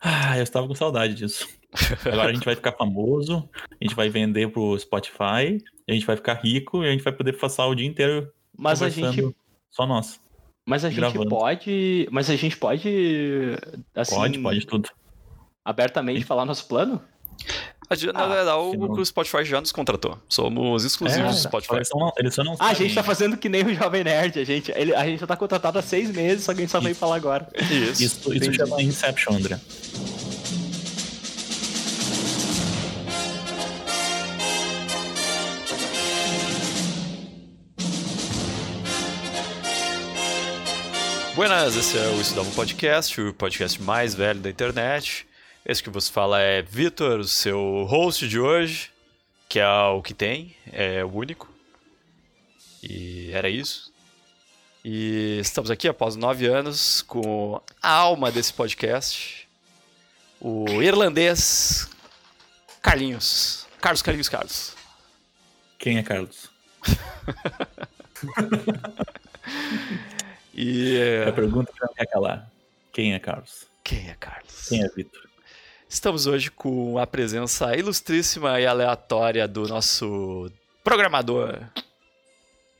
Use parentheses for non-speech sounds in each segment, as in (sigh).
Ah, eu estava com saudade disso. Agora a gente vai ficar famoso, a gente vai vender pro Spotify, a gente vai ficar rico e a gente vai poder passar o dia inteiro Mas a gente, Conversando. só nós. mas a gente gravando. pode. Mas a gente pode. Assim, Pode, pode tudo. Abertamente falar nosso plano? A gente, na Ah, real, se não- é, o Spotify já nos contratou. Somos exclusivos É, do Spotify. Eles só não, eles só não Ah, a gente tá sabem. fazendo que nem o Jovem Nerd. A gente, ele- a gente já tá contratado há seis meses, só que a gente só veio Isso. falar agora. Isso, Isso. isso Entendi. chama Inception, André. Buenas, esse é o Estudava um Podcast, o podcast mais velho da internet. Esse que vos fala é Vitor, o seu host de hoje, que é o que tem, é o único. E era isso. E estamos aqui após nove anos com a alma desse podcast, o irlandês Carlinhos. Carlos Carlinhos Carlos. Quem é Carlos? E é, A pergunta que não quer calar. Quem é Carlos? quem é Carlos? Quem é Vitor? Estamos hoje com a presença ilustríssima e aleatória do nosso programador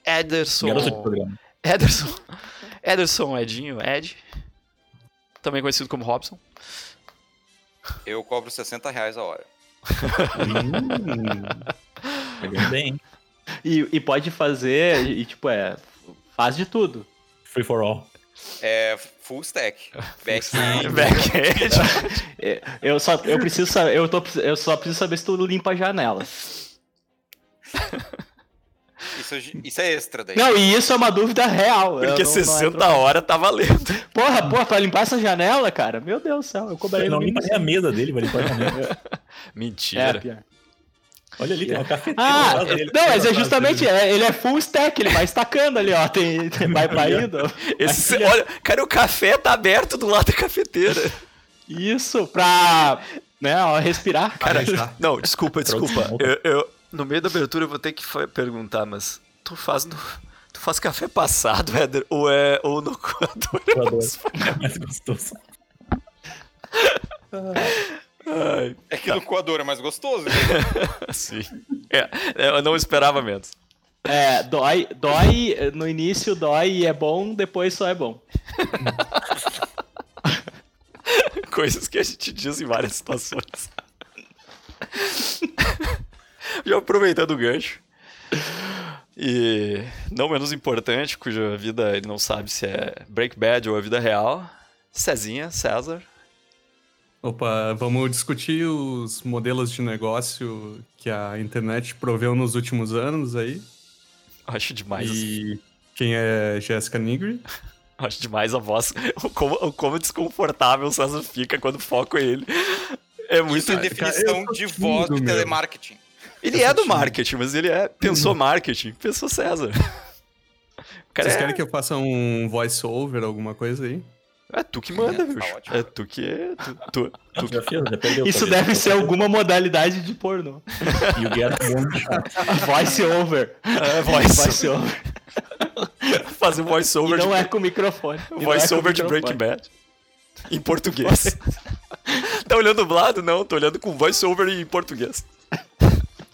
Ederson. Garoto de programa. Ederson. Ederson Edinho, Ed. Também conhecido como Robson. Eu cobro 60 reais a hora. Pegou bem. E, e pode fazer, e tipo, é. Faz de tudo. Free for (laughs) all. É (laughs) full stack. Back né? Back-end. É, Eu só, eu preciso, sa- eu tô, eu só preciso saber se tu limpa a janela. isso, isso é extra daí. Não, e isso é uma dúvida real. eu Porque não- não é 60 tro- horas tá valendo. Porra, porra, pra limpar essa janela, cara? Meu Deus do céu, eu cobraria Ele não no mínimo limpa nem a mesa dele, vai limpar a janela. É, É, Mentira. pior. Olha ali, tem uma cafeteira. Ah, atrás dele. não, mas é Atrás justamente, dele. é, ele é full stack, ele vai estacando ali, ó. Tem, tem- vai pra indo. Esse- é- olha, cara, o café tá aberto do lado da cafeteira. Isso, pra. Né, ó, respirar. Cara, Arranjar. Tá. não, desculpa, desculpa. Pronto, Eu, eu- no meio da abertura eu vou ter que fa- perguntar, mas tu faz no- tu faz café passado, Éder? Ou é ou no coador? Eu adoro. É mais (laughs) gostoso. Ai, É que no coador é mais gostoso. né? sim. É, eu não esperava menos. É, dói, dói, eh, no início dói e é bom, depois só é bom. Coisas que a gente diz em várias situações. Já aproveitando o gancho. E não menos importante, cuja vida ele não sabe se é Break Bad ou a vida real. Cezinha, César. Opa, vamos discutir os modelos de negócio que a internet proveu nos últimos anos aí. Acho demais. E quem é Jéssica Nigri? Acho demais a voz. O como, o como desconfortável o César fica quando foco é ele. É muito. Isso é definição eu tô de tímido, voz de meu. telemarketing. Ele é do marketing, mas ele é. (laughs) Pensou marketing, pensou César. O Cara, Vocês é, querem que eu faça um voice-over, alguma coisa aí? é tu que manda, Tá viu? ótimo. é tu que. Tu, tu- tu Já fez, já perdeu. Tá Isso talvez. deve ser alguma modalidade de pornô. You get one shot. Voice over. (laughs) é, voice, Voice over. fazer um E voiceover não é de, com microfone. E não é voice com over de microfone. Breaking Bad. Em português. (laughs) tá olhando dublado? Não, tô olhando com voiceover em português.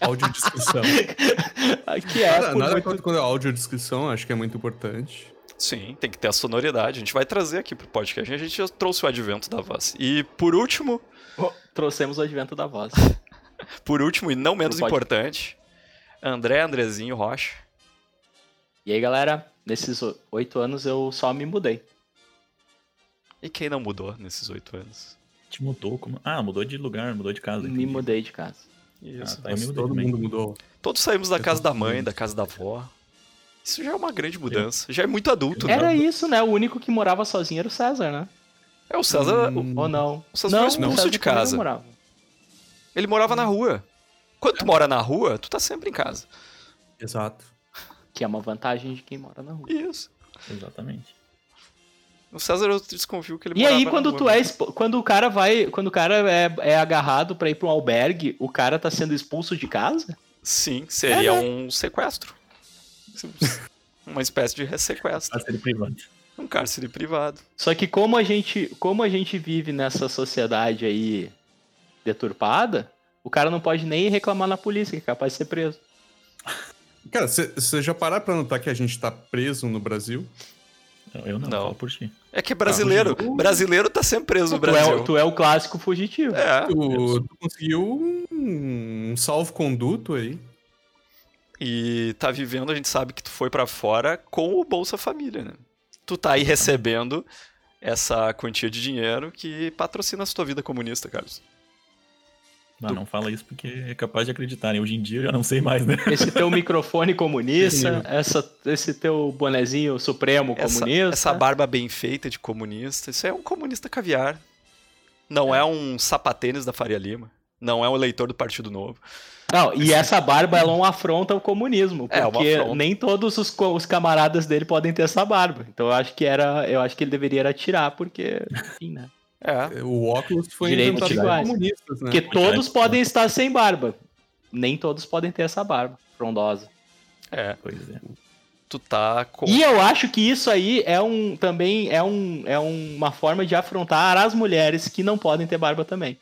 Audiodescrição. Aqui é, nada por nada muito- quanto quando é audiodescrição, acho que é muito importante. Sim, tem que ter a sonoridade. A gente vai trazer aqui pro podcast. A gente já trouxe o advento da voz. E por último, trouxemos o advento da voz. por último e não menos Pro podcast. importante, André Andrezinho Rocha. E aí, galera, nesses o- oito anos eu só me mudei. E quem não mudou nesses oito anos? (laughs) Te mudou. Como... Ah, mudou de lugar, mudou de casa. Me entendi. mudei de casa. Isso. Ah, tá. Eu Mas me mudei todo também. mundo mudou. Todos saímos da Eu casa tô da mãe, feliz. da casa da avó. Isso já é uma grande mudança. Já é muito adulto, né? Era isso, né? O único que morava sozinho era o César, né? É, o César, Hum, o- Ou não? o César Hum, não, foi expulso César de também não casa. morava. ele morava na rua. Quando tu mora na rua, tu tá sempre em casa. Exato. Que é uma vantagem de quem mora na rua. Isso. Exatamente. O César, eu desconfio que ele E morava aí, na quando rua tu é expo- quando o cara vai, quando o cara é, é agarrado pra ir pra um albergue, o cara tá sendo expulso de casa? Sim, seria um sequestro. (laughs) Uma espécie de ressequestro. Parceiro privado. Um cárcere privado. Só que como a gente, como a gente vive nessa sociedade aí deturpada, o cara não pode nem reclamar na polícia, que é capaz de ser preso. Cara, você já parar pra notar que a gente tá preso no Brasil? Eu não, Não. falo por ti. É que é Ah, brasileiro. Brasileiro tá sempre preso no Tu é, Brasil. o- tu é o clássico fugitivo. É, Tu, tu conseguiu um, um salvo-conduto aí. e tá vivendo, a gente sabe que tu foi pra fora com o Bolsa Família, né? Tu tá aí recebendo essa quantia de dinheiro que patrocina a tua vida comunista, Carlos. Não, Ah, não fala isso porque é capaz de acreditarem. Hoje em dia eu já não sei mais, né? Esse teu microfone comunista, essa, esse teu bonezinho supremo Essa, comunista. essa barba bem feita de comunista, isso é um comunista caviar. Não é, um sapatênis da Faria Lima. Não é um eleitor do Partido Novo. Não, e essa barba ela é uma afronta ao comunismo, É, uma porque afronta. nem todos os, co- os camaradas dele podem ter essa barba. Então eu acho que era, eu acho que ele deveria era tirar, porque, enfim, né? É. O óculos foi Direitos inventado por iguais. comunistas, né? Porque todos podem estar sem barba. Nem todos podem ter essa barba frondosa. É. (laughs) Pois é. Tu tá com. E eu acho que isso aí é um também é, um, é um- uma forma de afrontar as mulheres que não podem ter barba também.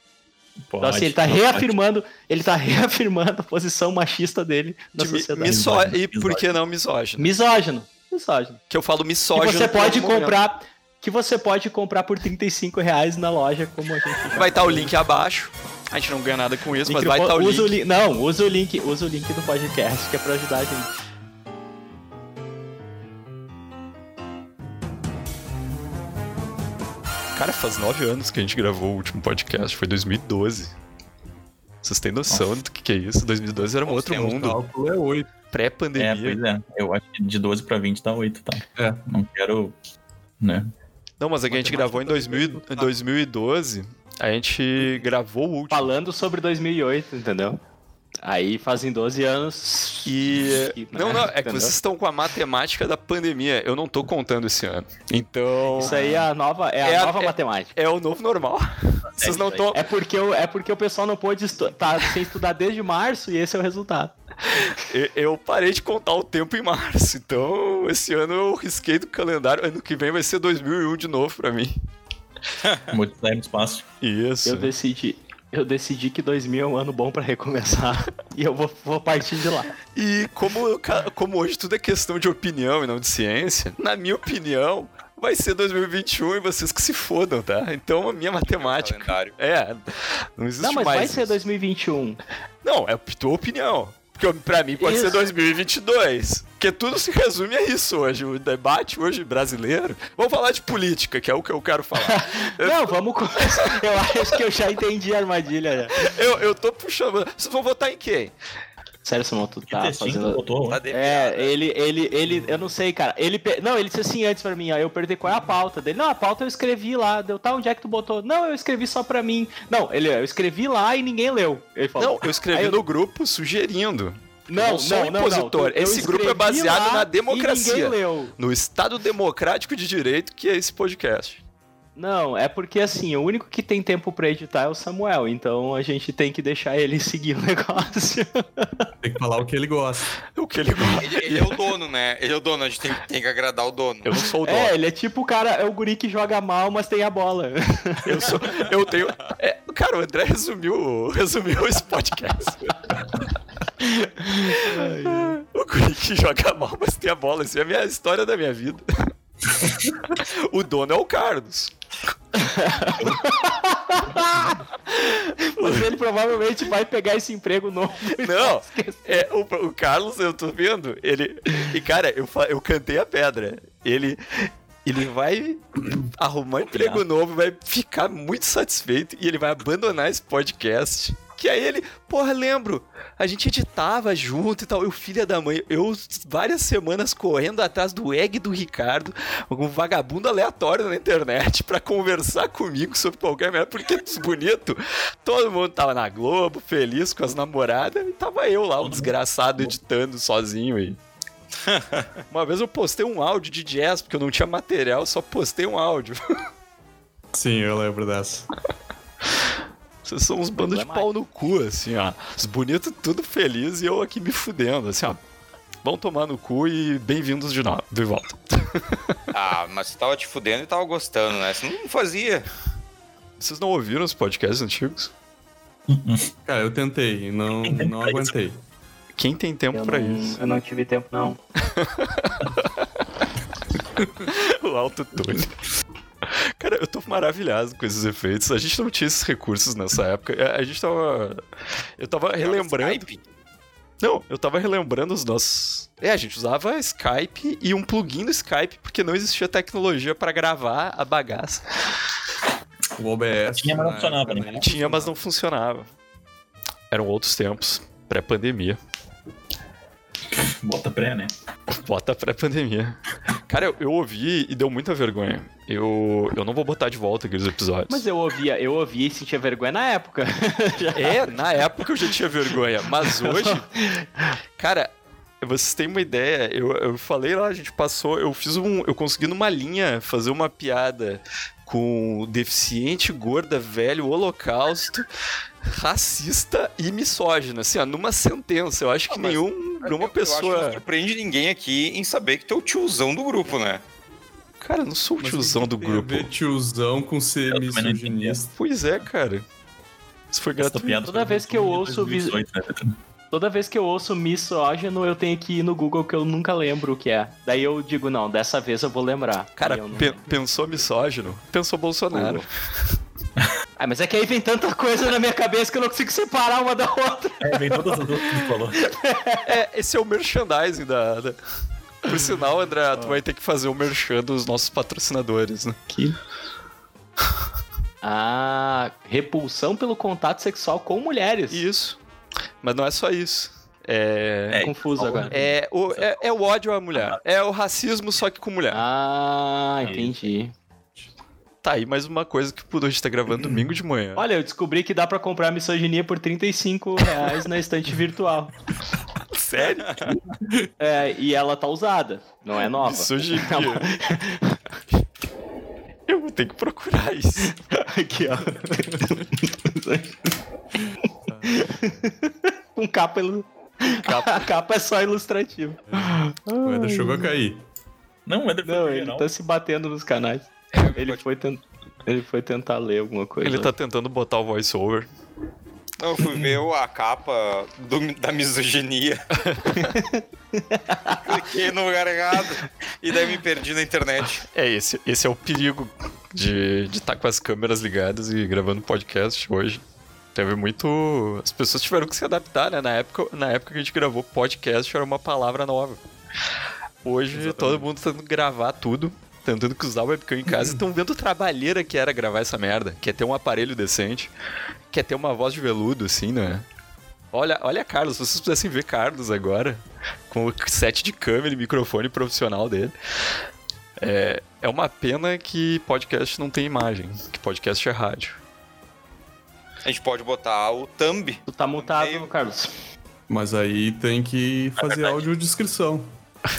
Pode, Então assim, ele tá pode. reafirmando, ele tá (laughs) reafirmando a posição machista dele na de mi- sociedade. miso- Misógino. E por que não misógino? Misógino. Misógino. Que eu falo misógino. que você por pode algum momento. comprar que você pode comprar por 35 reais na loja como a gente Vai estar o link abaixo. A gente não ganha nada com isso, mas vai estar o link. usa o link não usa o link usa o link do podcast que é pra ajudar a gente Cara, faz nove anos que a gente gravou o último podcast, foi 2012. Vocês têm noção do que, que é isso? 2012 era um Nossa, outro tem um O mundo. cálculo é 8. É, Pré-pandemia. pois é. Eu acho que de 12 pra 20 tá 8, tá? É. Não quero. (laughs) Né? não, mas é que a gente gravou em 2000 em 2012. A gente gravou o último. falando sobre 2008 entendeu aí fazem 12 anos E. E- Não, não, é que né? entendeu? vocês estão com a matemática da pandemia. Eu não tô contando esse ano. Então. isso aí é a nova é a É a- nova é- matemática É o novo normal. Vocês não isso aí. estão. é porque, o, é porque o pessoal não pôde estu tá sem estudar desde março e esse é o resultado. E- Eu parei de contar o tempo em março, então esse ano eu risquei do calendário. Ano que vem vai ser 2001 de novo pra mim. Multiplicar no espaço. Isso. Eu decidi, eu decidi que 2000 é um ano bom pra recomeçar (laughs) e eu vou, vou partir de lá. E como, ca- como hoje tudo é questão de opinião e não de ciência, na minha opinião, vai ser 2021 e vocês que se fodam, tá? Então a minha matemática. Calendário. É, não existe Não, mas mais. vai ser isso. 2021. Não, é a tua opinião. Porque pra mim pode Isso. ser 2022. Porque tudo se resume a isso hoje. O debate hoje brasileiro. Vamos falar de política, que é o que eu quero (laughs) falar. Não, vamos começar. Eu acho que eu já entendi a armadilha. Já. eu, eu tô puxando. Vocês vão votar em quem? Sério, Simão, tu Que tá testinho tu fazendo. botou? né? Tá de... É, ele, ele, ele, eu não sei, cara. Ele, pe- não, ele disse assim antes pra mim, ó, eu perguntei qual é a pauta dele. Não, a pauta eu escrevi lá, deu, tá, onde é que tu botou? Não, eu escrevi só pra mim. Não, ele, eu escrevi lá e ninguém leu. Ele Não, falou, eu escrevi Aí eu- no grupo sugerindo. não, não sou um impositor. tu- eu Esse grupo é escrevi baseado lá na e democracia." ninguém leu. No Estado Democrático de Direito, que é esse podcast. Não, é porque assim, o único que tem tempo pra editar é o Samuel, então a gente tem que deixar ele (laughs) seguir o negócio. Tem que falar o que ele gosta. O que ele gosta. Ele, ele é o dono, né? Ele é o dono, a gente tem, tem que agradar o dono. Eu não sou o dono. É, ele é tipo o cara, é o guri que joga mal, mas tem a (laughs) bola. Eu, sou, eu tenho. é, cara, o André resumiu, resumiu esse podcast. o guri que joga mal, mas tem a bola. Essa é a minha história da minha (laughs) vida. o dono é o Carlos. Mas ele provavelmente vai pegar esse emprego novo. Não, (laughs) é, o, o Carlos, eu tô vendo, ele. E cara, eu, fa- eu cantei a pedra. Ele. Ele vai arrumar emprego novo, vai ficar muito satisfeito e ele vai abandonar esse podcast. Que aí ele, porra, lembro, a gente editava junto e tal. Eu, filha da mãe, eu várias semanas correndo atrás do egg do Ricardo, algum vagabundo aleatório na internet, pra conversar comigo sobre qualquer merda, porque bonito. Todo mundo tava na Globo, feliz com as namoradas, e tava eu lá, o desgraçado, editando sozinho aí. Uma vez eu postei um áudio de jazz, porque eu não tinha material, só postei um áudio. (laughs) Sim, eu lembro dessa. Vocês são uns bandos de pau no cu, assim, ó. Os bonitos tudo feliz e eu aqui me fudendo, assim, ó. Vão tomar no cu e bem-vindos de, no... de volta. Ah, mas você tava te fudendo e tava gostando, né? Você não fazia. Vocês não ouviram os podcasts antigos? Cara, eu tentei, não, não aguentei. Quem tem tempo Eu pra não- isso? (laughs) Eu não tive tempo, não. o autotune. (laughs) Cara, eu tô maravilhado com esses efeitos. A gente não tinha esses recursos nessa época. A- A gente tava. Eu tava relembrando. Skype. Não, eu tava relembrando os nossos. É, a gente usava Skype e um plugin do Skype, porque não existia tecnologia pra gravar a bagaça. O OBS. Tinha, mas não na funcionava, época, né? nem Tinha, mas não funcionava. Eram outros tempos. Pré-pandemia. Bota pré, né? Bota pré-pandemia. Cara, eu, eu ouvi e deu muita vergonha. Eu, eu não vou botar de volta aqueles episódios. Mas eu ouvia, eu ouvia e sentia vergonha na época. (laughs) É, na época eu já tinha vergonha, mas hoje. Cara, vocês têm uma ideia, eu, eu falei lá, a gente passou, eu fiz um. Eu consegui numa linha fazer uma piada com deficiente, gorda, velho, holocausto, racista e misógino, assim, ó, numa sentença. Eu acho que Ah, mas- nenhum, nenhuma Eu- Eu acho que não pessoa. surpreende ninguém aqui em saber que tu é o tiozão do grupo, né? Cara, eu não sou o Mas tiozão o que do tem a grupo. ver tiozão com ser Eu também não entendi. misoginista. Pois é, cara. Isso foi Essa gratuito. piada Toda vez que eu ouço o vis- 2018, (laughs) né? Toda vez que eu ouço misógino, eu tenho que ir no Google que eu nunca lembro o que é. Daí eu digo, não, dessa vez eu vou lembrar. (laughs) Cara, E eu não... pe- pensou misógino? Pensou Bolsonaro. Ah, mas é que aí vem tanta coisa na minha cabeça que eu não consigo separar uma da (laughs) outra. É, vem todas as outras que tu falou. É, esse é o merchandising da. da- Por sinal, (laughs) André, tu vai ter que fazer o merchan dos nossos patrocinadores, né? Ah, repulsão pelo contato sexual com mulheres. Isso. Mas não é só isso. É. É. Confuso agora. É o, é, é o ódio à mulher. É o racismo, só que com mulher. Ah, É entendi. Tá aí mais uma coisa que por hoje tá gravando domingo de manhã. Olha, eu descobri que dá pra comprar misoginia por 35 reais na estante virtual. Ah, sério? É, e ela tá usada, não é nova. Misoginia. (laughs) Eu vou ter que procurar isso. Aqui, (laughs) ó. Com Um capa, ilu... Um Capa. (laughs) A capa é só ilustrativa. O Eder chegou a cair. Não, é Não, ele tá se batendo nos canais. Ele foi, ten- ele foi tentar ler alguma coisa. É, Ele tá tentando botar o voiceover. Não, Eu fui ver a capa do- da misoginia. Cliquei no lugar errado. E daí me perdi na internet. É, esse, esse é o perigo de estar com as câmeras ligadas e gravando podcast hoje. Teve muito. As pessoas tiveram que se adaptar, né? Na época, na época que a gente gravou podcast era uma palavra nova. Hoje todo mundo tá tentando gravar tudo, tentando que usar o webcam em casa e tão vendo a trabalheira que era gravar essa merda. Quer ter um aparelho decente, quer ter uma voz de veludo, assim, né? Olha, olha Carlos, se vocês pudessem ver Carlos agora, com o set de câmera e microfone profissional dele. É, é uma pena que podcast não tem imagem, que podcast é rádio. A gente pode botar o thumb. Tu tá mutado, Meio- Carlos. Mas aí tem que fazer verdade. audiodescrição.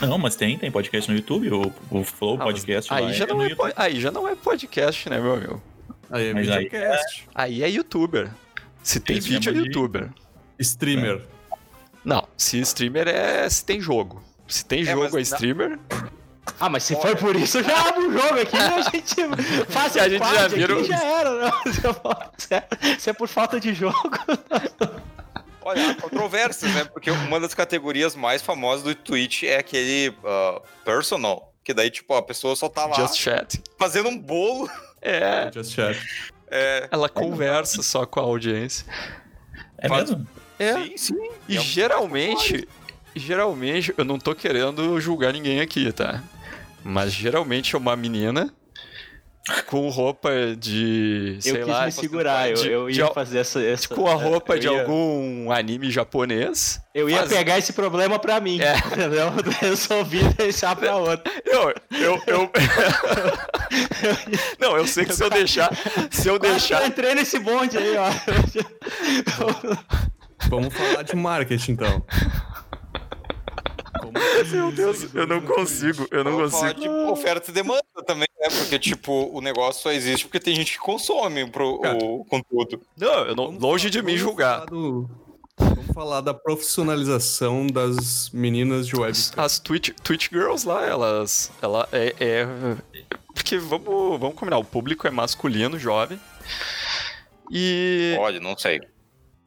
Não, mas tem, tem podcast no YouTube, o, o Flow Ah, mas Podcast. lá Aí já, no não é, YouTube. po- aí já não é podcast, né, meu amigo? Aí é Mas aí videocast. Aí é youtuber. Se tem Eles vídeo, é chamam de- youtuber. Streamer. Não, se streamer é se tem jogo. Se tem mas jogo é na- streamer. Ah, mas se for por isso, já abre o jogo aqui e a (laughs) gente faz E a gente quadro já aqui, virou- já era, né? (laughs) Se é- Se é por falta de jogo. Olha, há controvérsias, né? Porque uma das categorias mais famosas do Twitch é aquele ah, personal. Que daí, tipo, a pessoa só tá lá Just chat. fazendo um bolo. É, Just chat. É, ela conversa só com a audiência. É Faz- mesmo? É, Sim, sim. E É um- geralmente, geralmente, eu não tô querendo julgar ninguém aqui, tá? Mas geralmente é uma menina com roupa de, sei eu quis lá, me segurar, eu, de- eu de ia al- fazer essa. essa- com a Tipo, roupa eu de ia- algum anime japonês. Eu ia Faz- pegar esse problema pra mim, É. entendeu? (laughs) Resolvi deixar pra outra. Eu, eu, (laughs) eu... não, eu sei que se eu deixar, se eu (laughs) Eu deixar, entrei nesse bonde aí, ó. Vamos falar de marketing, então. Como fazer meu Deus, eu não seguidores no consigo, eu não Vamos falar consigo. de tipo, oferta e demanda também, né? Porque, tipo, o negócio só existe porque tem gente que consome pro, Cara. o conteúdo. Não, eu não, Twitch? longe de mim Vamos julgar. falar do- Vamos falar da profissionalização das meninas de web. As, as Twitch, Twitch Girls lá, elas. Ela é. é- porque vamos, vamos combinar, o público é masculino, jovem. E. Olha, não sei.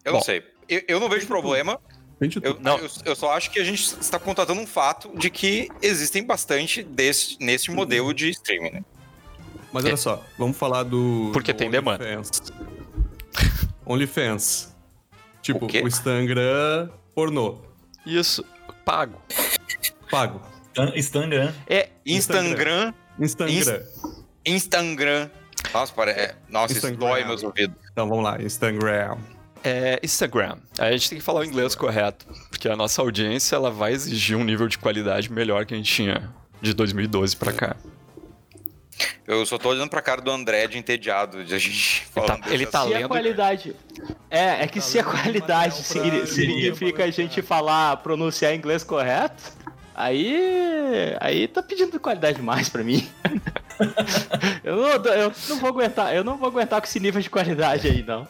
Eu Bom. não sei. Eu, eu não vejo problema. Tem de Eu, tudo. Não. eu, eu só acho que a gente está contatando um fato de que existem bastante desse, nesse Uhum. modelo de streaming. Né? Mas olha só, vamos falar do. Porque do tem demanda. OnlyFans. OnlyFans. Tipo, O quê? o, Instagram pornô. Isso, pago. Pago. Stan- Instagram. É. Instagram. Instagram. Instagram. Nossa, pare... é, Nossa isso Instagram. dói meus ouvidos. Então vamos lá, Instagram. É Instagram. A gente tem que falar o inglês correto, porque a nossa audiência ela vai exigir um nível de qualidade melhor que a gente tinha de 2012 pra cá. Eu só tô olhando pra cara do André de entediado. De a gente tá- falando ele desse tá assunto. se a lendo- Tá qualidade. É, é que se a qualidade signi- é significa a gente falar, pronunciar inglês correto, aí. Aí tá pedindo qualidade demais pra mim. (laughs) eu, não, dou- eu não vou aguentar, eu não vou aguentar com esse nível de qualidade aí, não.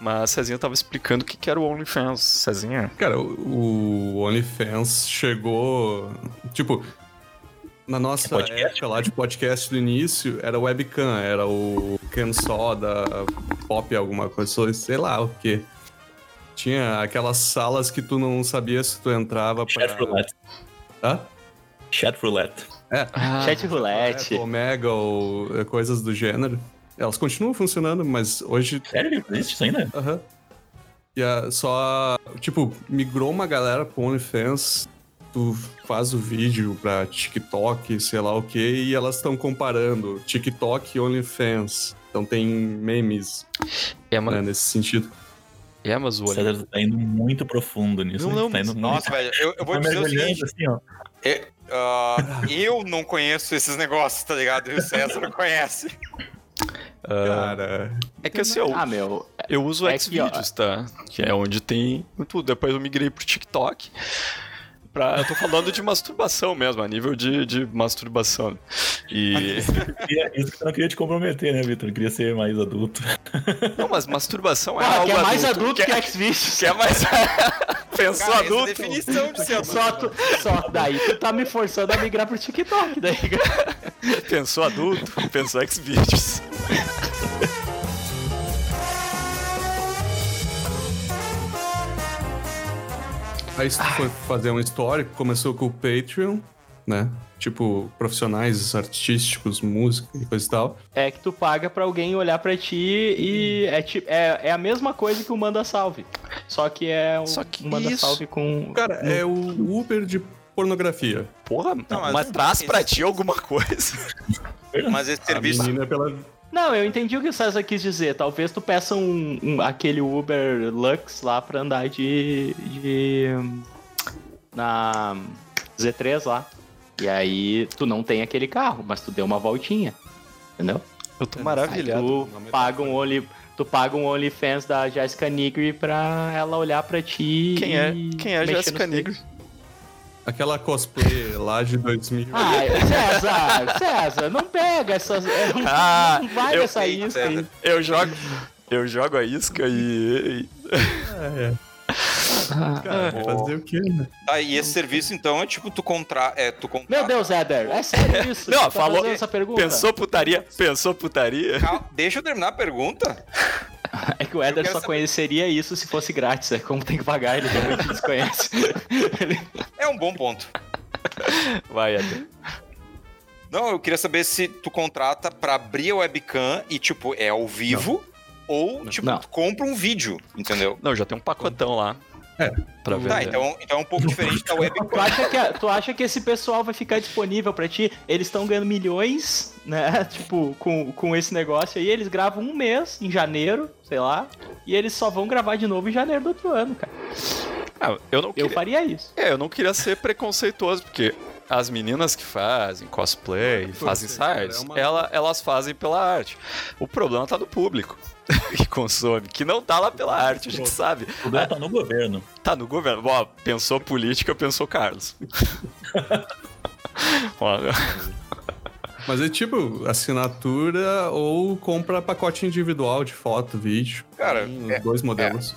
Mas Cezinha tava explicando o que que era o OnlyFans. Cezinha? Cara, o o OnlyFans chegou. Tipo, na nossa podcast? época lá de podcast do início, era webcam, era o Cam Soda, Pop, alguma coisa, sei lá o quê. Tinha aquelas salas que tu não sabia se tu entrava Chat pra. roulette. Hã? Chat roulette. Ah, Chat roulette. É, Omega ou é, coisas do gênero. Elas continuam funcionando, mas hoje Sério que existe isso ainda? Aham. E a- só, tipo, migrou uma galera pro OnlyFans, tu faz o vídeo pra TikTok, sei lá o que, e elas estão comparando TikTok e OnlyFans. Então tem memes É, mas, né, nesse sentido. é, mas o O César tá indo muito profundo nisso. Não, né? não, tá indo muito... Nossa, velho, eu, eu vou tá dizer o mergulhando seguinte. assim, ó. ah, eu não conheço esses negócios, tá ligado? E o César (laughs) não conhece. Cara, É que assim, eu, Ah, meu. eu uso É o que, Xvideos, tá? Que é onde tem tudo. Depois eu migrei pro TikTok. Pra, eu tô falando de masturbação mesmo, a nível de, de masturbação. (laughs) E. Queria- Isso que eu não queria te comprometer, né, Vitor? Eu queria ser mais adulto. Não, mas masturbação é Ah, algo que é mais adulto adulto que (laughs) X-Videos. Quer mais. Pensou Cara, essa é a adulto? definição de ser adulto. Só, tu- só daí tu tá me forçando a migrar pro TikTok, daí, cara. Pensou adulto? Pensou Xvideos. aí se tu for fazer um histórico, começou com o Patreon, né? Tipo, profissionais artísticos, música e coisa e tal. É que tu paga pra alguém olhar pra ti e é, ti- é, é a mesma coisa que o Manda Salve. Só que é o Só que Manda isso- Salve com. Cara, é o Uber de pornografia. Porra, mas, mas- traz pra ti alguma coisa. Mas esse serviço. A menina é pela Não, eu entendi o que o César quis dizer. Talvez tu peça um, um- aquele Uber Lux lá pra andar de. de. na Z3 lá. E aí tu não tem aquele carro, mas tu deu uma voltinha. Entendeu? Eu tô Aí maravilhado. tu Uma metáfora. paga um Only. Tu paga um OnlyFans da Jessica Nigri pra ela olhar pra ti. Quem é, e quem é mexer nos Jéssica peitos. Negro? Aquela cosplay lá de 2000. Ah, César, (laughs) César, não pega essas. é, Não, Ah, não vai eu nessa sei, isca César. aí. Eu jogo. Eu jogo a isca e. e- É. Cara, fazer o quê, né? Tá, e esse serviço, então, é tipo, tu contra. É, tu contra... (laughs) Meu Deus, Éder, é sério isso? Não, Você tá falou- fazendo essa pergunta? Pensou putaria? Pensou putaria? Cal- Deixa eu terminar a pergunta. É que o Éder Eu só quero saber. conheceria isso se fosse grátis. É como tem que pagar, ele realmente desconhece. É um bom ponto. Vai, Eder. Não, eu queria saber se tu contrata pra abrir a webcam e, tipo, é ao vivo. Ou, tipo, Não. tu compra um vídeo, entendeu? Não, já tem um pacotão lá. É. Pra vender. Tá, então, então é (laughs) um pouco diferente da webcam. tu, acha que, tu acha que esse pessoal vai ficar disponível pra ti? Eles estão ganhando milhões, né? (laughs) Tipo, com, com esse negócio aí. Eles gravam um mês, em janeiro, sei lá. E eles só vão gravar de novo em janeiro do outro ano, cara. Ah, eu não Eu queria. faria isso. É, eu não queria ser preconceituoso, porque as meninas que fazem cosplay, fazem cara, sites, é uma- ela- elas fazem pela arte. O problema tá no público (laughs) que consome, que não tá lá pela arte, a gente sabe. O problema tá no governo. Tá no governo. Ó, pensou política, pensou Carlos. Ó, Mas é tipo assinatura ou compra pacote individual de foto, vídeo. Cara, Tem os é- dois modelos.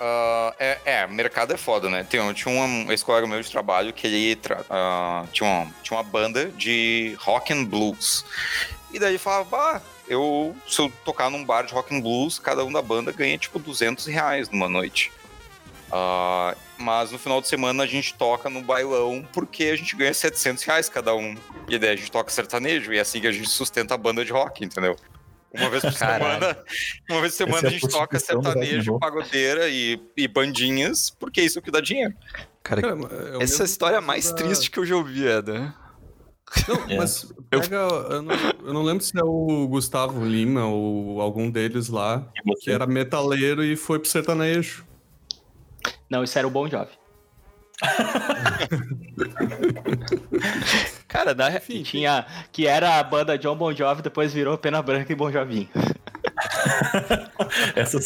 ah, é, é, mercado é foda, né? Tem, tinha um ex-colega meu de trabalho que ele tra- ah, tinha, uma, tinha uma banda de rock and blues. E daí falava, bah, eu, se eu tocar num bar de rock and blues, cada um da banda ganha tipo 200 reais numa noite. Ah, mas no final de semana a gente toca no bailão porque a gente ganha 700 reais cada um. E daí a gente toca sertanejo e é assim que a gente sustenta a banda de rock, entendeu? Uma vez por semana, uma vez por semana Essa é a a gente toca prostituição do rock and sertanejo, roll. pagodeira e, e bandinhas, porque é isso que dá dinheiro. Cara, Cara, é o essa mesmo história é a caso mais da- triste que eu já ouvi, Eda. É. Mas pega, eu... não, eu não lembro se é o Gustavo Lima ou algum deles lá, E você? que era metaleiro e foi pro sertanejo. Não, isso era o Bom Jovem. Cara, na... re- Que, tinha, que era a banda John Bon Jovi, depois virou Pena Branca e Bon Jovinho. Essa,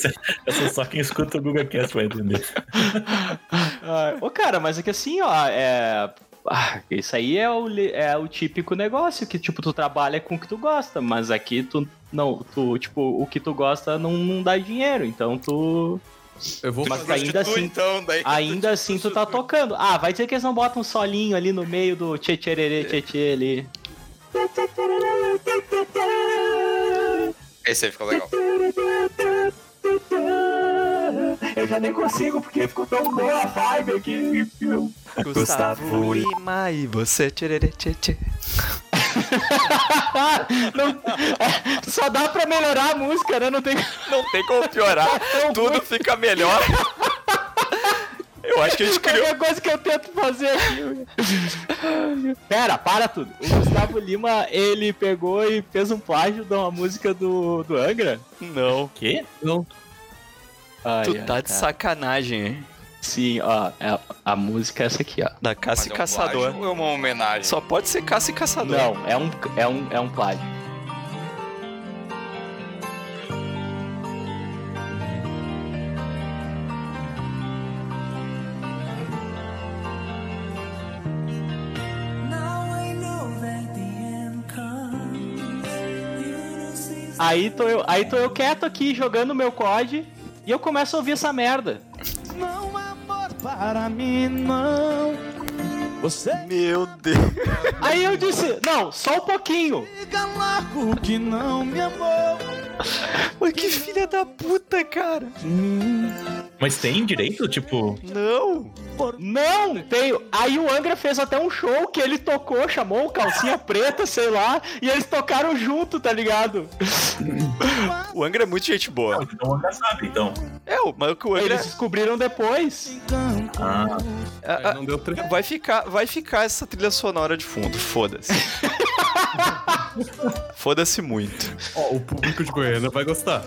essa só quem escuta o Google Cast vai entender. Ah, Ô, cara, mas é que assim, ó, é. ah, Isso aí é o, li- é o típico negócio que, tipo, tu trabalha com o que tu gosta, mas aqui tu não, tu, tipo, o que tu gosta não, não dá dinheiro, então tu. Eu vou Mas fazer- ainda Prostitui, assim- então, daí Ainda assim tu tá tocando. Ah, vai dizer que eles não botam um solinho ali no meio do tchê tchê tchê tchê ali. Esse aí fica legal. Eu já nem consigo porque ficou tão boa a vibe aqui. Gustavo Lima e você. tchê, tchê, tchê. (laughs) Não- é, só dá pra melhorar a música, né? Não tem. Não tem como piorar. Tudo fica melhor. Eu acho que a gente É a criou. única coisa que eu tento fazer aqui. Pera, para tudo. O Gustavo Lima, ele pegou e fez um plágio de uma música do, do Angra. Não. Quê? Ai, Tu ai, tá de cara. sacanagem, hein? Sim, ó. é- a música é essa aqui, ó. Da caça Mas e é um caçador. plágio ou É uma homenagem. Só pode ser caça e caçador. Não, é um, é um, é um plágio. Aí tô eu, aí tô eu quieto aqui jogando meu COD e eu começo a ouvir essa merda. Não amor para mim não. Você Meu Deus. Aí eu disse, não, só um pouquinho. que não me amou. Mas que filha da puta, cara. Mas tem direito, tipo. Não. Não, tenho. Aí o Angra fez até um show que ele tocou, chamou o (laughs) calcinha preta, sei lá, e eles tocaram junto, tá ligado? O Angra é muito gente boa. Então já sabe, então. É, o- mas o que o Angra. Eles descobriram depois. Ah, a- a- É, Não deu treta. é, Vai ficar, vai ficar essa trilha sonora de fundo, foda-se. foda-se muito. Ó, o público de Goiânia vai gostar.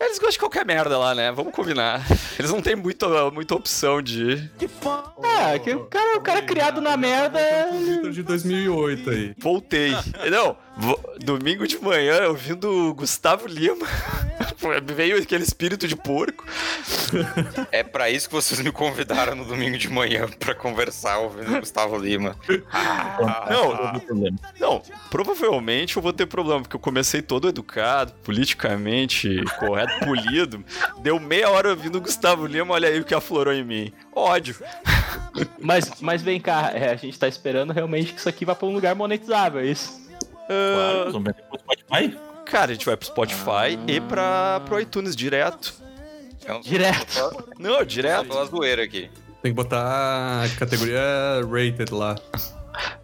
Eles gostam de qualquer merda lá, né? Vamos combinar. (laughs) Eles não têm muita, muita opção de. É, que o cara, o cara criado na merda. Vitor de 2008 aí. Voltei. Não, vo- domingo de manhã, ouvindo o Gustavo Lima, (laughs) veio aquele espírito de porco. É pra isso que vocês me convidaram no domingo de manhã pra conversar ouvindo o Gustavo Lima. Não, Então, não tem problema. Não, provavelmente eu vou ter problema, porque eu comecei todo educado, politicamente correto, (laughs) polido. Deu meia hora ouvindo o Gustavo Lima, olha aí o que aflorou em mim. Ódio. Mas, mas vem cá, é, a gente tá esperando realmente que isso aqui vá pra um lugar monetizável, é isso. Claro, eles vão meter pro Spotify. Ah, Cara, a gente vai pro Spotify e pra, pro iTunes direto. Eu não- Direto. Não, Só direto. É um pela zoeira aqui. Tem que botar a categoria rated lá.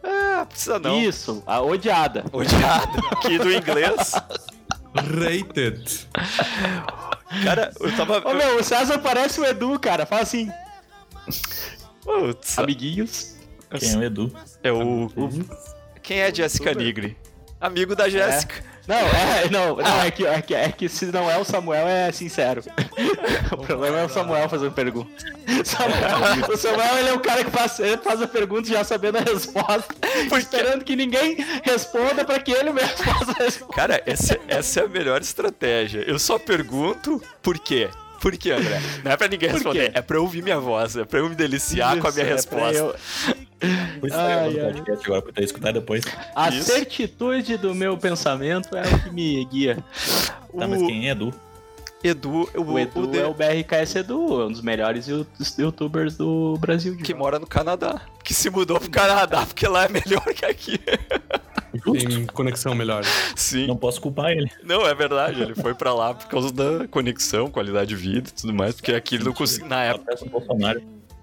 Ah, precisa não. Isso, a odiada. (laughs) Odiado. Aqui do inglês. Rated. Cara, eu tava. Ô meu, o César parece o Edu, cara. Fala assim, Putz, amiguinhos. Quem é o Edu? é o. o- Quem é Jéssica Nigri? Amigo da Jéssica. Não, é, não, não é, que, é, que, é que se não é o Samuel, é sincero. O problema é o Samuel fazendo pergunta. Samuel- o Samuel ele é o cara que faz, ele faz a pergunta já sabendo a resposta, esperando que ninguém responda pra que ele mesmo (laughs) faça a resposta. Cara, essa, essa é a melhor estratégia. Eu só pergunto por quê. Por quê, André? Não é pra ninguém Por quê? responder. É pra eu ouvir minha voz. É pra eu me deliciar com a minha Isso, é pra resposta. eu- Por isso que tá Ai, gravando ai. podcast agora, pra eu escutar depois. A Isso. certitude do meu pensamento é o que me guia. Tá, mas O- quem é Edu? Edu, o, O Edu de- é o BRKS Edu, é um dos melhores you- youtubers do Brasil. de que fato. mora no Canadá. Que se mudou pro Canadá, porque lá é melhor que aqui. Tem conexão melhor. Sim. Não posso culpar ele. Não, é verdade. Ele foi pra lá por causa da conexão, qualidade de vida e tudo mais, porque aqui ele não conseguia. Na época. Peço Bolsonaro.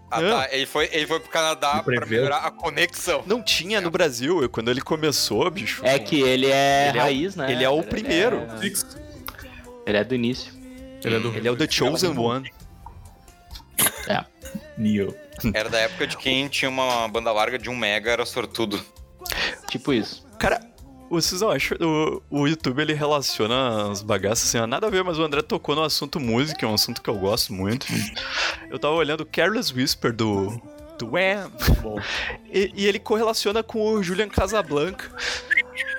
Ah, Não. tá. Ele foi, ele foi pro Canadá Me pra preveu. melhorar a conexão. Não tinha no Brasil, eu- quando ele começou, bicho. É que ele é Ele é o- raiz, né? ele é o cara? primeiro. Ele é, ele é do início. Ele é do Ele é o The Chosen One. Neo. Era da época de quem tinha uma banda larga de um mega, era sortudo. Tipo isso. Cara, vocês não acham? O, o YouTube ele relaciona as bagaças assim, ó, nada a ver, mas o André tocou no assunto música, é um assunto que eu gosto muito. Eu tava olhando o Careless Whisper do. do Wham! Bom. E, e ele correlaciona com o Julian Casablanca.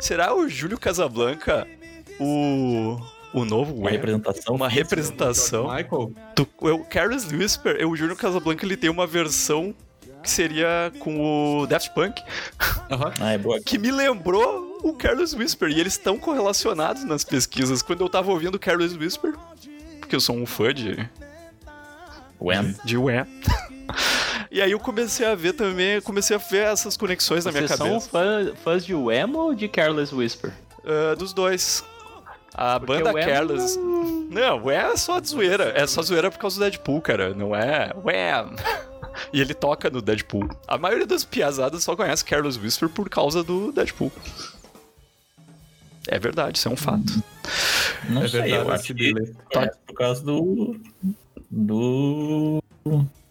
Será o Júlio Casablanca o. o novo Uma Wham? representação. Uma representação Michael? do o Careless Whisper, eu juro que Casablanca ele tem uma versão que seria com o Daft Punk, Aham. Ah, é boa. que me lembrou o Careless Whisper e eles estão correlacionados nas pesquisas. Quando eu tava ouvindo o Careless Whisper, porque eu sou um fã de Wham. de Ué. (laughs) E aí eu comecei a ver também, comecei a ver essas conexões na minha Vocês são cabeça fã- fãs de Wemo ou de Careless Whisper? Ah, dos dois. A Porque banda o Wham- Careless. Não, é só de zoeira. É só zoeira por causa do Deadpool, cara. Não é. Wham! E ele toca no Deadpool. A maioria das piazadas só conhece Carlos Whisper por causa do Deadpool. É verdade, isso é um fato. Não É sei, eu verdade, esse acho que delay. conhece por causa do. do.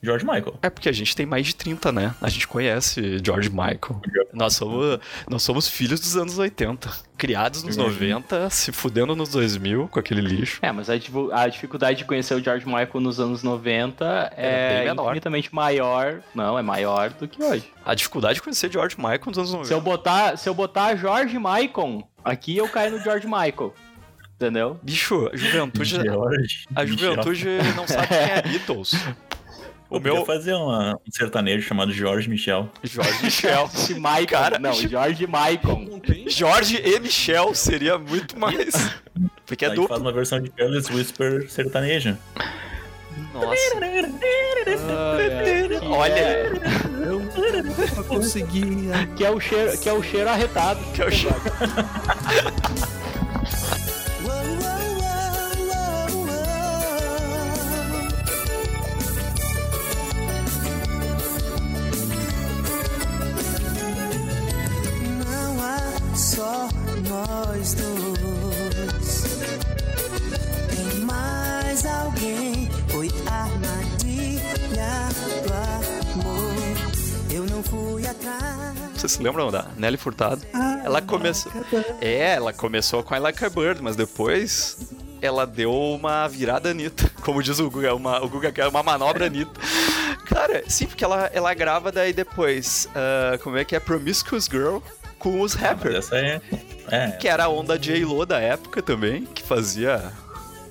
George Michael. É porque a gente tem mais de 30, né? A gente conhece George Michael. Nós somos, nós somos filhos dos anos 80. Criados nos Uhum. 90, se fudendo nos 2000 com aquele lixo. É, mas a, divu- a dificuldade de conhecer o George Michael nos anos 90 Era é bem menor. infinitamente maior. Não, é maior do que hoje. A dificuldade de conhecer George Michael nos anos 90. Se eu botar, se eu botar George Michael aqui, eu caio no George Michael. (laughs) Entendeu? Bicho, a juventude. George. A juventude não sabe quem é (laughs) Beatles. O meu- meu fazer uma- um sertanejo chamado George Michel. é Jorge Michel. Se Michael, Cara, não, George Michael. Não tem? Jorge e Michel seria muito (laughs) mais. Porque é Aí duplo. faz uma versão de Careless Whisper sertaneja. Nossa. Que (laughs) Olha, é- Eu consegui. né? que é o cheiro, que é o cheiro arretado. que eu chego. Não há só nós dois. Tem mais alguém. Foi armadilha do amor. Eu não fui atrás. Vocês se lembram da Nelly Furtado? Ela começou. É, ela começou com I Like a Bird, mas depois ela deu uma virada Anitta. (laughs) Como diz o Guga, é uma, o Guga quer uma manobra Anitta. Cara, sim, porque ela, ela grava daí depois. ah, como é que é? Promiscuous Girl com os rappers. Essa é. É. Que era a onda J-Lo da época também, que fazia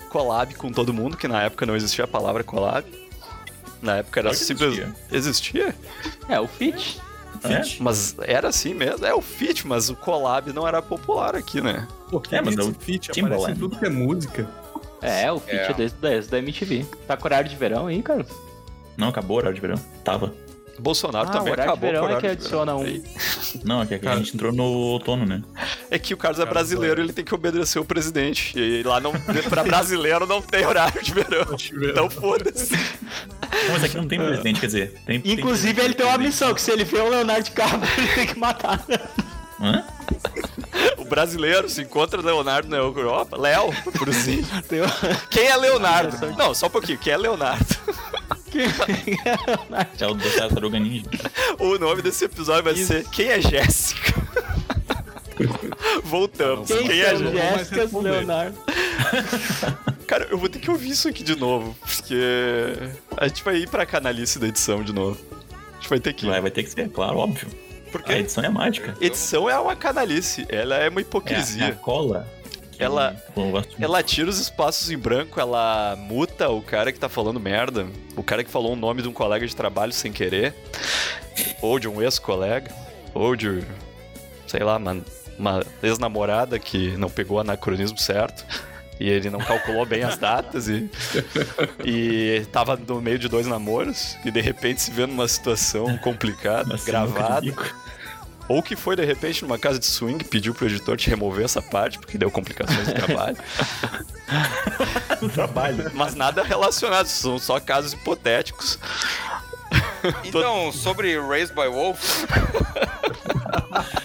collab com todo mundo, que na época não existia a palavra collab. Na época era Claro que simples. existia. Existia? É o fit. É, Mas era assim mesmo. É o feat, mas o collab não era popular aqui, né? É, mas esse o feat aparece Timbaland. em tudo que é música. É, o fit É. é, desde, desde da MTV. Tá com horário de verão aí, cara? Não, acabou o horário de verão. Tava. Bolsonaro Ah, também o horário de tá acabou com verão o é que horário de verão. adiciona um. Ei, Não, é que a Cara. gente entrou no outono, né? É que o Carlos é brasileiro, ele tem que obedecer o presidente. E lá não, pra brasileiro não tem horário de verão. Então foda-se. Não, mas aqui não tem presidente, quer dizer. Tem, tem- Inclusive, ele tem uma missão, que se ele vê o Leonardo DiCaprio, ele tem que matar. né? (laughs) Hã? O brasileiro se encontra Leonardo na Europa. Léo, por si. Tem uma- Quem é Leonardo? Não, só um pouquinho. Quem é Leonardo? (laughs) É o do Tartaruga Ninja. O nome desse episódio vai ser Quem é Jéssica? (laughs) Voltamos. Quem, Quem é são Jéssica? Jéssica responder. Leonardo? Cara, eu vou ter que ouvir isso aqui de novo, porque a gente vai ir pra canalice da edição de novo. A gente vai ter que ir. Vai, vai ter que ser, claro, óbvio. Porque A edição é mágica. edição é uma canalice, ela é uma É a, é a hipocrisia. cola. que Ela- o assunto- Ela tira os espaços em branco, ela muta o cara que tá falando merda, o cara que falou o nome de um colega de trabalho sem querer, ou de um ex-colega, ou de, sei lá, uma, uma ex-namorada que não pegou o anacronismo certo. E ele não calculou bem as datas e, e tava no meio de dois namoros e de repente se vê numa situação complicada, Uma sinuca gravada. de bico. Ou que foi, de repente, numa casa de swing, pediu pro editor te remover essa parte, porque deu complicações no trabalho. No trabalho. Mas nada relacionado, são só casos (laughs) hipotéticos. Então, sobre Raised by Wolves,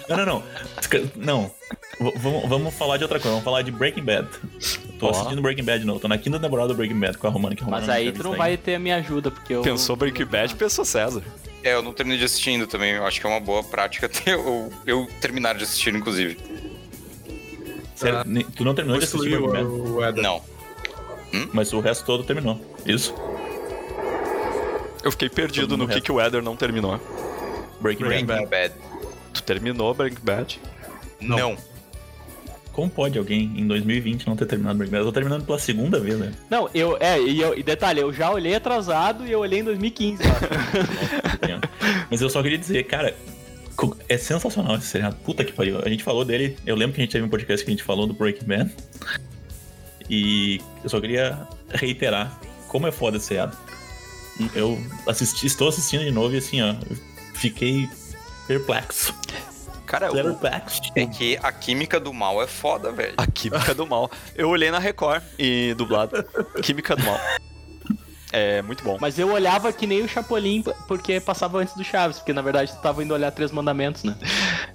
Não, não, não. Esca- Não. V- vamos, vamos falar de outra coisa. Vamos falar de Breaking Bad. Tô Ó. assistindo Breaking Bad, não. Tô na quinta temporada do Breaking Bad com a Romana. Que a Mas Romana aí me tu não entrevista vai ter a minha ajuda, porque eu. Pensou Breaking Bad, pensou César. é, eu não terminei de assistir ainda também. Eu acho que é uma boa prática (laughs) ter eu, eu terminar de assistir, inclusive. ainda. Sério, nem- tu não terminou de assistir Breaking Bad, o Eder. Não. mas o resto todo terminou. Isso. Eu fiquei perdido Todo mundo no que, reto. que o Eder não terminou. Breaking, Breaking Bad. Bad. Tu terminou Breaking Bad? Não. Como pode alguém em 2020 não ter terminado Breaking Bad? Eu tô terminando pela segunda vez, né? Não, eu. É, e, eu, e detalhe, eu já olhei atrasado e eu olhei em (laughs) 2015. lá. Mas eu só queria dizer, cara, co- é sensacional esse seriado. Puta que pariu. A gente falou dele. Eu lembro que a gente teve um podcast que a gente falou do Breaking Bad. E eu só queria reiterar como é foda esse seriado. Eu assisti, estou assistindo de novo e assim, ó, eu fiquei perplexo. Cara, o, Perplexo. É que a química do mal é foda, velho. a Química do Mal. Eu olhei na Record e dublado. Química do Mal. É muito bom. Mas eu olhava que nem o Chapolin, porque passava antes do Chaves, porque na verdade tu tava indo olhar Três Mandamentos, né?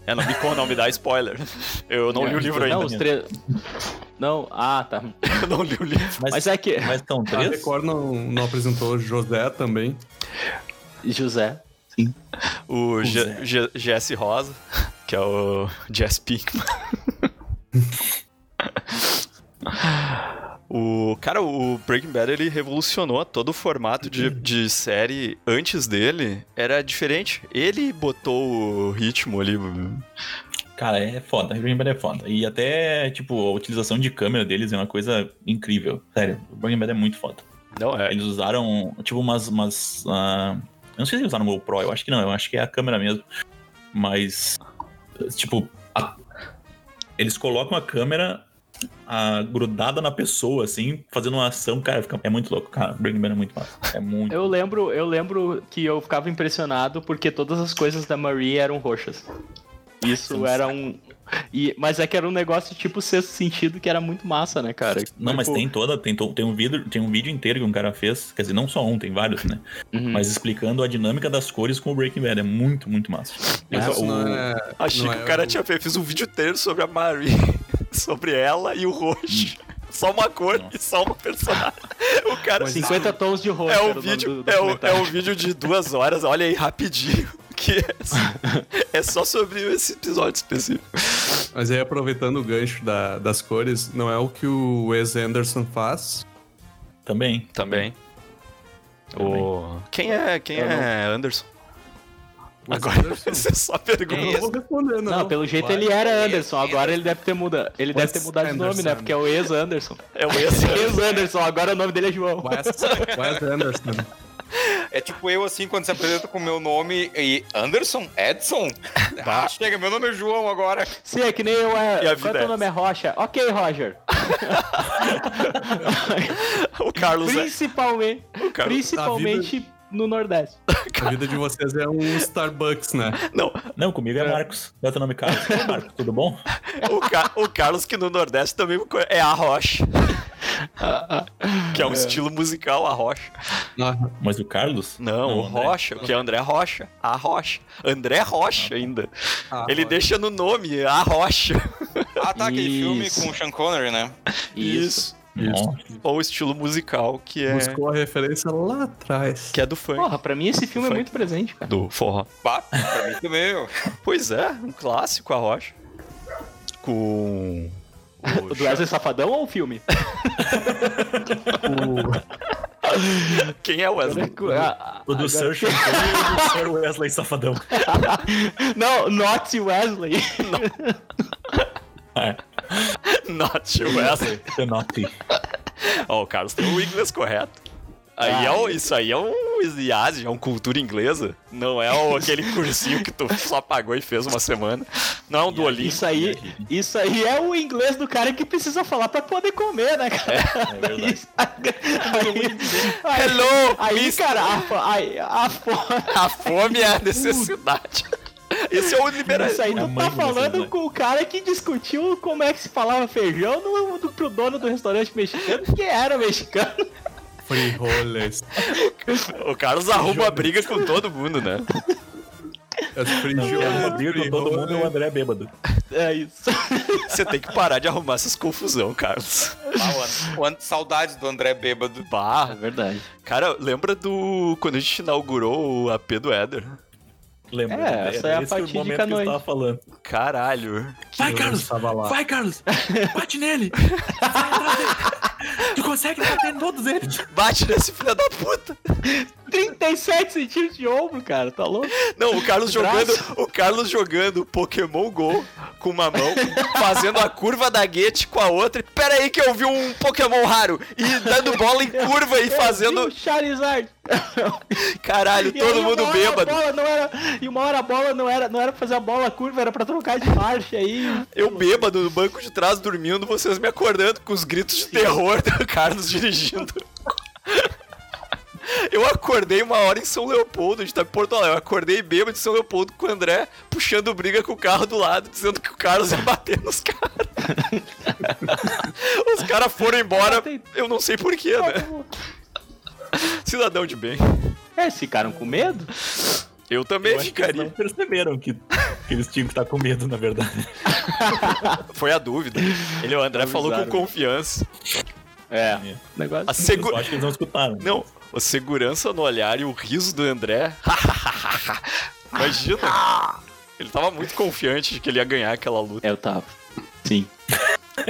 É, não me, con- não me dá spoiler. Eu É, não li o livro Não, ainda. né? os três. Não, ah, tá. Eu não li o livro. Mas, Mas é que. mas são A três? Record não, não apresentou José também. José. O G- G- GS Rosa, (laughs) que é o Jess Pinkman. (laughs) O, cara, o Breaking Bad ele revolucionou todo o formato de, Uhum. de série antes dele. Era diferente. Ele botou o ritmo ali. Cara, é foda. Breaking Bad é foda. E até, tipo, a utilização de câmera deles é uma coisa incrível. Sério, o Breaking Bad é muito foda. Não, é, Eles usaram, tipo, umas. umas ah, eu não sei se eles usaram o GoPro, eu acho que não, eu acho que é a câmera mesmo. Mas, tipo, a- eles colocam a câmera ah, grudada na pessoa, assim, fazendo uma ação, cara, fica- é muito louco, cara. Breaking Bad é muito massa. É muito. Eu lembro, eu lembro que eu ficava impressionado porque todas as coisas da Marie eram roxas. Isso Sim, era um. E, mas é que era um negócio tipo sexto sentido que era muito massa, né, cara? Não, mas Tipo, tem toda, tem, to- tem, um vidro, tem um vídeo inteiro que um cara fez, quer dizer, não só um, tem vários, né? uhum. Mas explicando a dinâmica das cores com o Breaking Bad. É muito, muito massa. Mas Eu- isso não é- achei não que é o cara o- tinha feito. Fiz um vídeo inteiro sobre a Marie, (laughs) sobre ela e o roxo. Hum. Só uma cor e só uma personagem. (laughs) O cara 50 tons de roxo. É era o um, nome vídeo, do é, um, documentário. é um vídeo de duas horas, olha aí, rapidinho, (laughs) que é, é só sobre esse episódio específico. Mas aí, aproveitando o gancho da- das cores, não é o que o Wes Anderson faz? Também. Também. O... Quem é, quem é Anderson? Wes Agora Anderson? é você só Eu não pergunta. vou responder, não. Não, pelo jeito ele era Anderson. Agora ele deve ter mudado. Ele deve ter mudado de nome, né? Porque é (laughs) o ex-Anderson. É o esse. Ex-Anderson, agora o nome dele é João. Wes, Wes Anderson. É tipo eu, assim, quando se apresenta com o meu nome e Anderson? Edson? Ah, chega, meu nome é João agora. Sim, é que nem eu E a é. Qual vida é teu é nome? É Rocha? Ok, Roger. (laughs) (laughs) O Carlos é. Principalmente. O Carlos. Principalmente no Nordeste. A vida de vocês é um Starbucks, né? Não, Não, comigo é Marcos. Qual é teu nome, Carlos? Oi, Marcos, tudo bom? o, Ca- o Carlos que no Nordeste também é a (laughs) Rocha. Que é um estilo musical, a Rocha. Ah, Mas o Carlos? Não, o André. Rocha, que é André Rocha. A Rocha. André Rocha ainda. ah, Ele olha. deixa no nome, a Rocha. Ah, tá, aquele filme Isso. com o Sean Connery, né? Isso. Nossa. Ou o estilo musical, que é, Buscou a referência lá atrás. que é do funk. Porra, pra mim esse filme é Foi. muito presente, cara. Do forró. Bah, pra mim também. eu- Pois é, um clássico, a Rocha. Com... O do Wesley Safadão ou o filme? Quem é o Wesley? Ah, O do Sir Champagne e do Sir Wesley Safadão. Não, Not Wesley. É, (laughs) assim, Not Wesley. Penalty. Ó, o Carlos tem o inglês correto. Aí é um- isso aí é um IASE, é um cultura inglesa. Não é o- aquele cursinho que tu só pagou e fez uma semana. Não é um Duolingo. Isso aí, isso aí é o inglês do cara que precisa falar pra poder comer, né, (laughs) cara? É verdade. Aí, aí, Hello, aí, mister. cara, a, fo- aí, a fo- (laughs) A fome é a necessidade. Esse é o liberalismo. Isso aí a tu mãe tá do falando Brasil, né? com o cara que discutiu como é que se falava feijão no, do, pro dono do restaurante mexicano, que era mexicano. Frijoles. é- O Carlos arruma a briga com todo mundo, né? As Eu frijoles. odeio com todo mundo e o André é bêbado. É isso. Você tem que parar de arrumar essas confusão, Carlos. Ah, o And- o And- saudades do André bêbado. Bah, verdade. cara, lembra do quando a gente inaugurou o AP do Éder? Lembra? É, essa é a esse fatídica o momento que eu noite. tava falando. Caralho. Vai, Carlos! Tava lá. Vai, Carlos! Bate nele! tu consegue bater em todos eles! Bate nesse filho da puta. 37 centímetros de ombro, cara, tá louco? Não, o Carlos jogando, Braço. o Carlos jogando Pokémon Go com uma mão, fazendo a curva da Gate com a outra. e, Pera aí que eu vi um Pokémon raro e dando bola em curva e Eu vi (laughs) fazendo, o Charizard. caralho, E todo aí, mundo uma hora a bêbado. bola não era- e uma hora a bola não era, não era pra fazer a bola curva, era pra trocar de marcha (laughs) aí. Eu bêbado no banco de trás dormindo, vocês me acordando com os gritos de terror do Carlos dirigindo. Eu acordei uma hora em São Leopoldo, a gente tá em Porto Alegre. Eu acordei bêbado em São Leopoldo com o André puxando briga com o carro do lado, dizendo que o Carlos ia bater nos caras. Os caras foram embora, eu não sei porquê, né? Cidadão de bem. É, ficaram com medo? Eu também Eu acho que eles não ficaria. perceberam que, que eles tinham que estar com medo, na verdade. Foi a dúvida. Ele, o André falou com Avisaram. confiança. É. É. Negócio. A segu... Eu acho que eles não escutaram. Não, a segurança no olhar e o riso do André. (laughs) Imagina. Ele tava muito confiante de que ele ia ganhar aquela luta. Eu tava. Sim.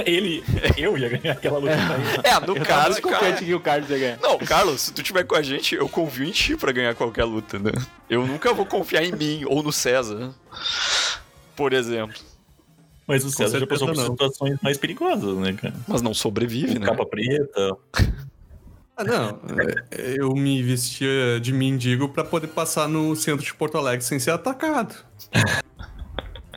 Ele, eu ia ganhar aquela luta. aí. É, no caso, cara. Tava confiante que o Carlos ia ganhar. Não, Carlos, se tu tiver com a gente, eu confio em ti pra ganhar qualquer luta, né? Eu nunca vou confiar em mim ou no César. Por exemplo. Mas o César já passou por certeza não. situações mais perigosas, né, cara? Mas não sobrevive, né? Capa preta. Ah, não. É, Eu me vestia de mendigo pra poder passar no centro de Porto Alegre sem ser atacado.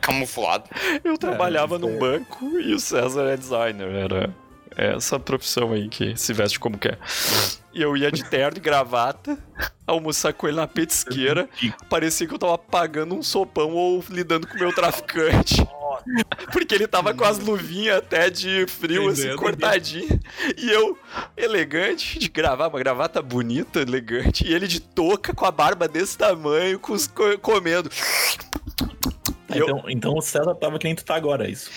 Camuflado. Eu trabalhava num banco e o César é designer, era essa profissão aí que se veste como quer. E eu ia de terno e gravata, almoçar com ele na petisqueira, parecia que eu tava pagando um sopão ou lidando com o meu traficante. Porque ele tava com as luvinhas até de frio, assim, Entendendo. cortadinho. E eu, elegante, de gravar, uma gravata bonita, elegante, e ele de touca, com a barba desse tamanho, com os co- comendo. E eu- Então, então o César tava que nem tu tá agora, é isso.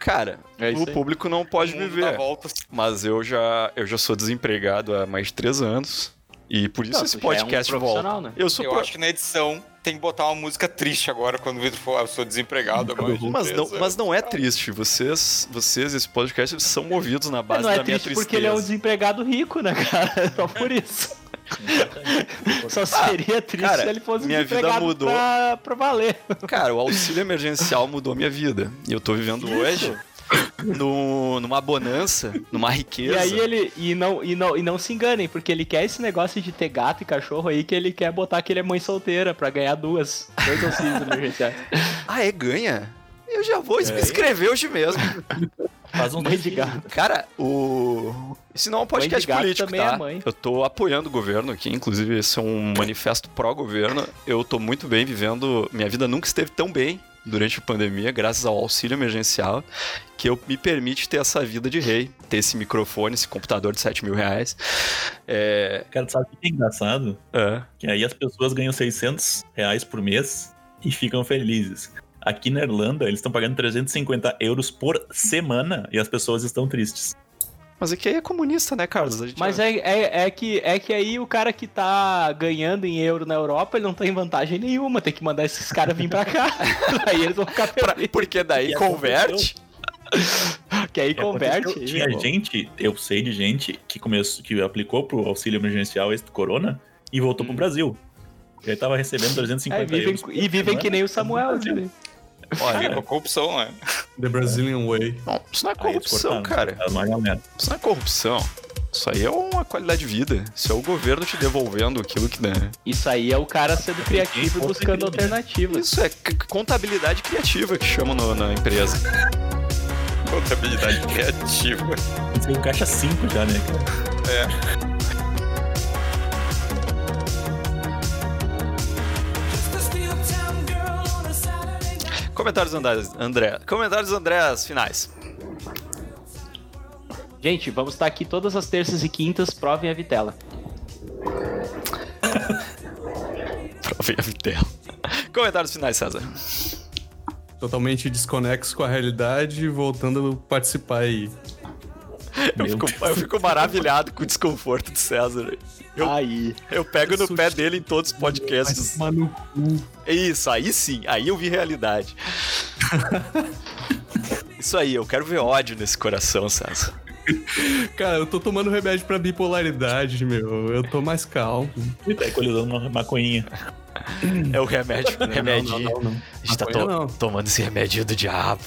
Cara, É isso o aí. público não pode O mundo me dá ver. voltas. Mas eu já, eu já sou desempregado há mais de três anos. E por isso Não, esse tu já é um podcast volta. profissional, né? Eu sou Eu pro- acho que na edição tem que botar uma música triste agora quando o Vitor for. Ah, eu sou desempregado agora. Mas não, mas não tá. é triste. Vocês, vocês, esse podcast, são movidos na base não é da minha triste tristeza. porque ele é um desempregado rico, né, cara? (laughs) Só por isso. Só seria triste cara, se ele fosse um minha vida desempregado mudou. Pra, pra valer. Cara, o auxílio emergencial mudou minha vida. E eu tô vivendo hoje no- numa bonança, numa E riqueza. aí ele. E não, e, não, e não se enganem, porque ele quer esse negócio de ter gato e cachorro aí que ele quer botar que ele é mãe solteira pra ganhar duas. Dois (laughs) auxílios emergenciais. Ah, é ganha? Eu já É. vou me inscrever hoje mesmo. Faz um (laughs) uns Mãe de gato. Cara, o. Isso não é um Mãe podcast de gato político, também tá? é mãe. Eu tô apoiando o governo aqui, inclusive esse é um manifesto pró-governo. Eu tô muito bem vivendo. Minha vida nunca esteve tão bem durante a pandemia, graças ao auxílio emergencial, que eu me permite ter essa vida de rei, ter esse microfone, esse computador de 7 mil reais. É. Cara, sabe o que é engraçado? é. Que aí as pessoas ganham 600 reais por mês e ficam felizes. Aqui na Irlanda, eles estão pagando 350 euros por semana e as pessoas estão tristes. Mas é que aí é comunista, né, Carlos? A gente Mas é, é, é que, é que aí o cara que tá ganhando em euro na Europa, ele não tem vantagem nenhuma. Tem que mandar esses caras vir pra cá. (laughs) aí eles vão ficar Pra- felizes. Porque daí E é aconteceu. converte. Que aí É, aconteceu- converte. Tinha irmão. É, gente, eu sei de gente que começou, que aplicou pro auxílio emergencial esse do corona e voltou pro Brasil. Ele tava recebendo Hum. É, 350 vivem, euros. por e vivem semana. é que nem o Samuel. né? Olha, Olha, com a corrupção, né? The Brazilian Way. não, isso não é Aí Tá, eles corrupção, cortaram, cara. cortaram a marioneta. Isso não é corrupção. Isso aí é uma qualidade de vida. Isso é o governo te devolvendo aquilo que. Né? Isso aí é o cara sendo criativo e buscando alternativas. Isso é c- contabilidade criativa que chamam no- na empresa. Contabilidade criativa. Esse é o caixa 5 já, né, cara? Comentários Andrés. André. Comentários Andrés finais. Gente, vamos estar aqui todas as terças e quintas, provem a vitela. Provei a vitela. Comentários finais, César. Totalmente desconexo com a realidade, voltando a participar aí. Eu fico, eu fico maravilhado com o desconforto do César. Eu, Aí. eu pego no pé dele em todos os podcasts. Mano, É Isso, aí sim, aí eu vi realidade. Isso aí, eu quero ver ódio nesse coração, César. cara, eu tô tomando remédio pra bipolaridade, meu. Eu tô mais calmo. Ele tá colhidando uma maconhinha. É o remédio, remedinho. Não, não, não. A gente tá Maconha to- não. tomando esse remedinho do diabo.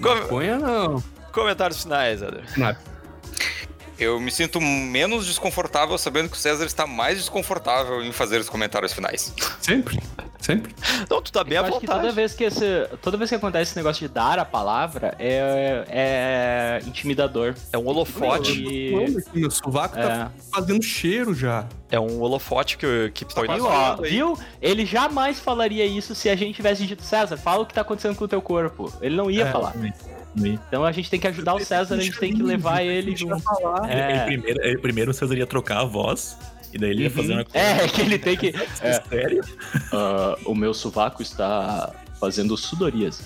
Com- Maconha não. comentários finais, Eder. Eu me sinto menos desconfortável sabendo que o César está mais desconfortável em fazer os comentários finais. Sempre, sempre. Não, tu tá bem Eu à acho que toda vontade. vez que, esse, toda vez que acontece esse negócio de dar a palavra, é, é intimidador. É um holofote. E- é, Mano, aqui, meu sovaco tá fazendo cheiro já. É um holofote que, que põe Viu, (laughs) ó, viu? Ele jamais falaria isso se a gente tivesse dito, César, fala o que tá acontecendo com o teu corpo. Ele não ia É. falar. Ele, Então a gente tem que ajudar o César, a gente tem que levar ele junto. ele É, primeiro, ele primeiro o César ia trocar a voz, e daí ele ia fazer uma coisa. é que ele tem que. É. Uhum. Sério? (laughs) Ah, o meu sovaco está fazendo sudorias.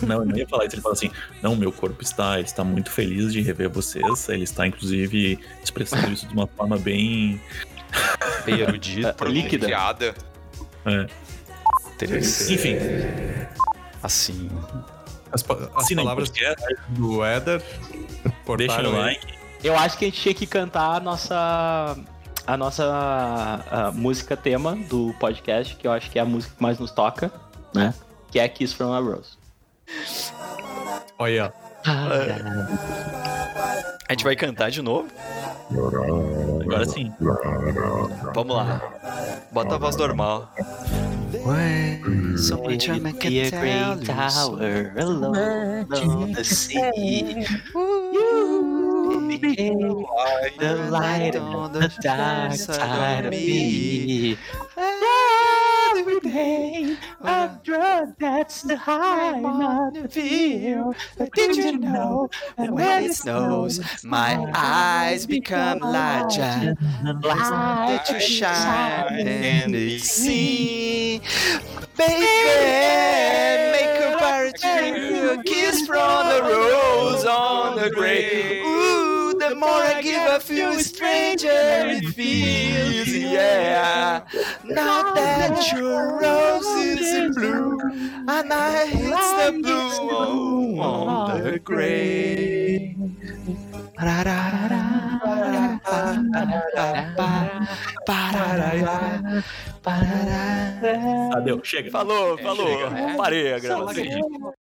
Não, ele não ia falar isso. Ele fala assim: Não, meu corpo está, ele está muito feliz de rever vocês. Ele está, inclusive, expressando isso de uma forma bem. erudito. é, Líquida. né? Piada. Enfim, Assim. As, pa- as assinem o palavras podcast, do Éder. deixem o cortaram aí. like. Eu acho que a gente tinha que cantar a nossa. A nossa a música tema do podcast, que eu acho que é a música que mais nos toca, né? Que é Kiss from a Rose. Olha, A gente vai cantar de novo. Agora sim. Vamos lá. Bota a voz normal. Be a é great tower alone on the sea. You became the Uh! light on the dark side of me. É. Every day I've drunk, that's the high not the feel. But did you know that when it snows, my eyes become larger? Light to shine and see. Baby, make a party, a kiss from the rose on the grave. Ooh, the more I give, I feel stranger it feels, yeah. Now that your rose is in bloom, and I hits the bloom on the grave. Adeus, chega. Falou, falou. chega. Parei a gravação.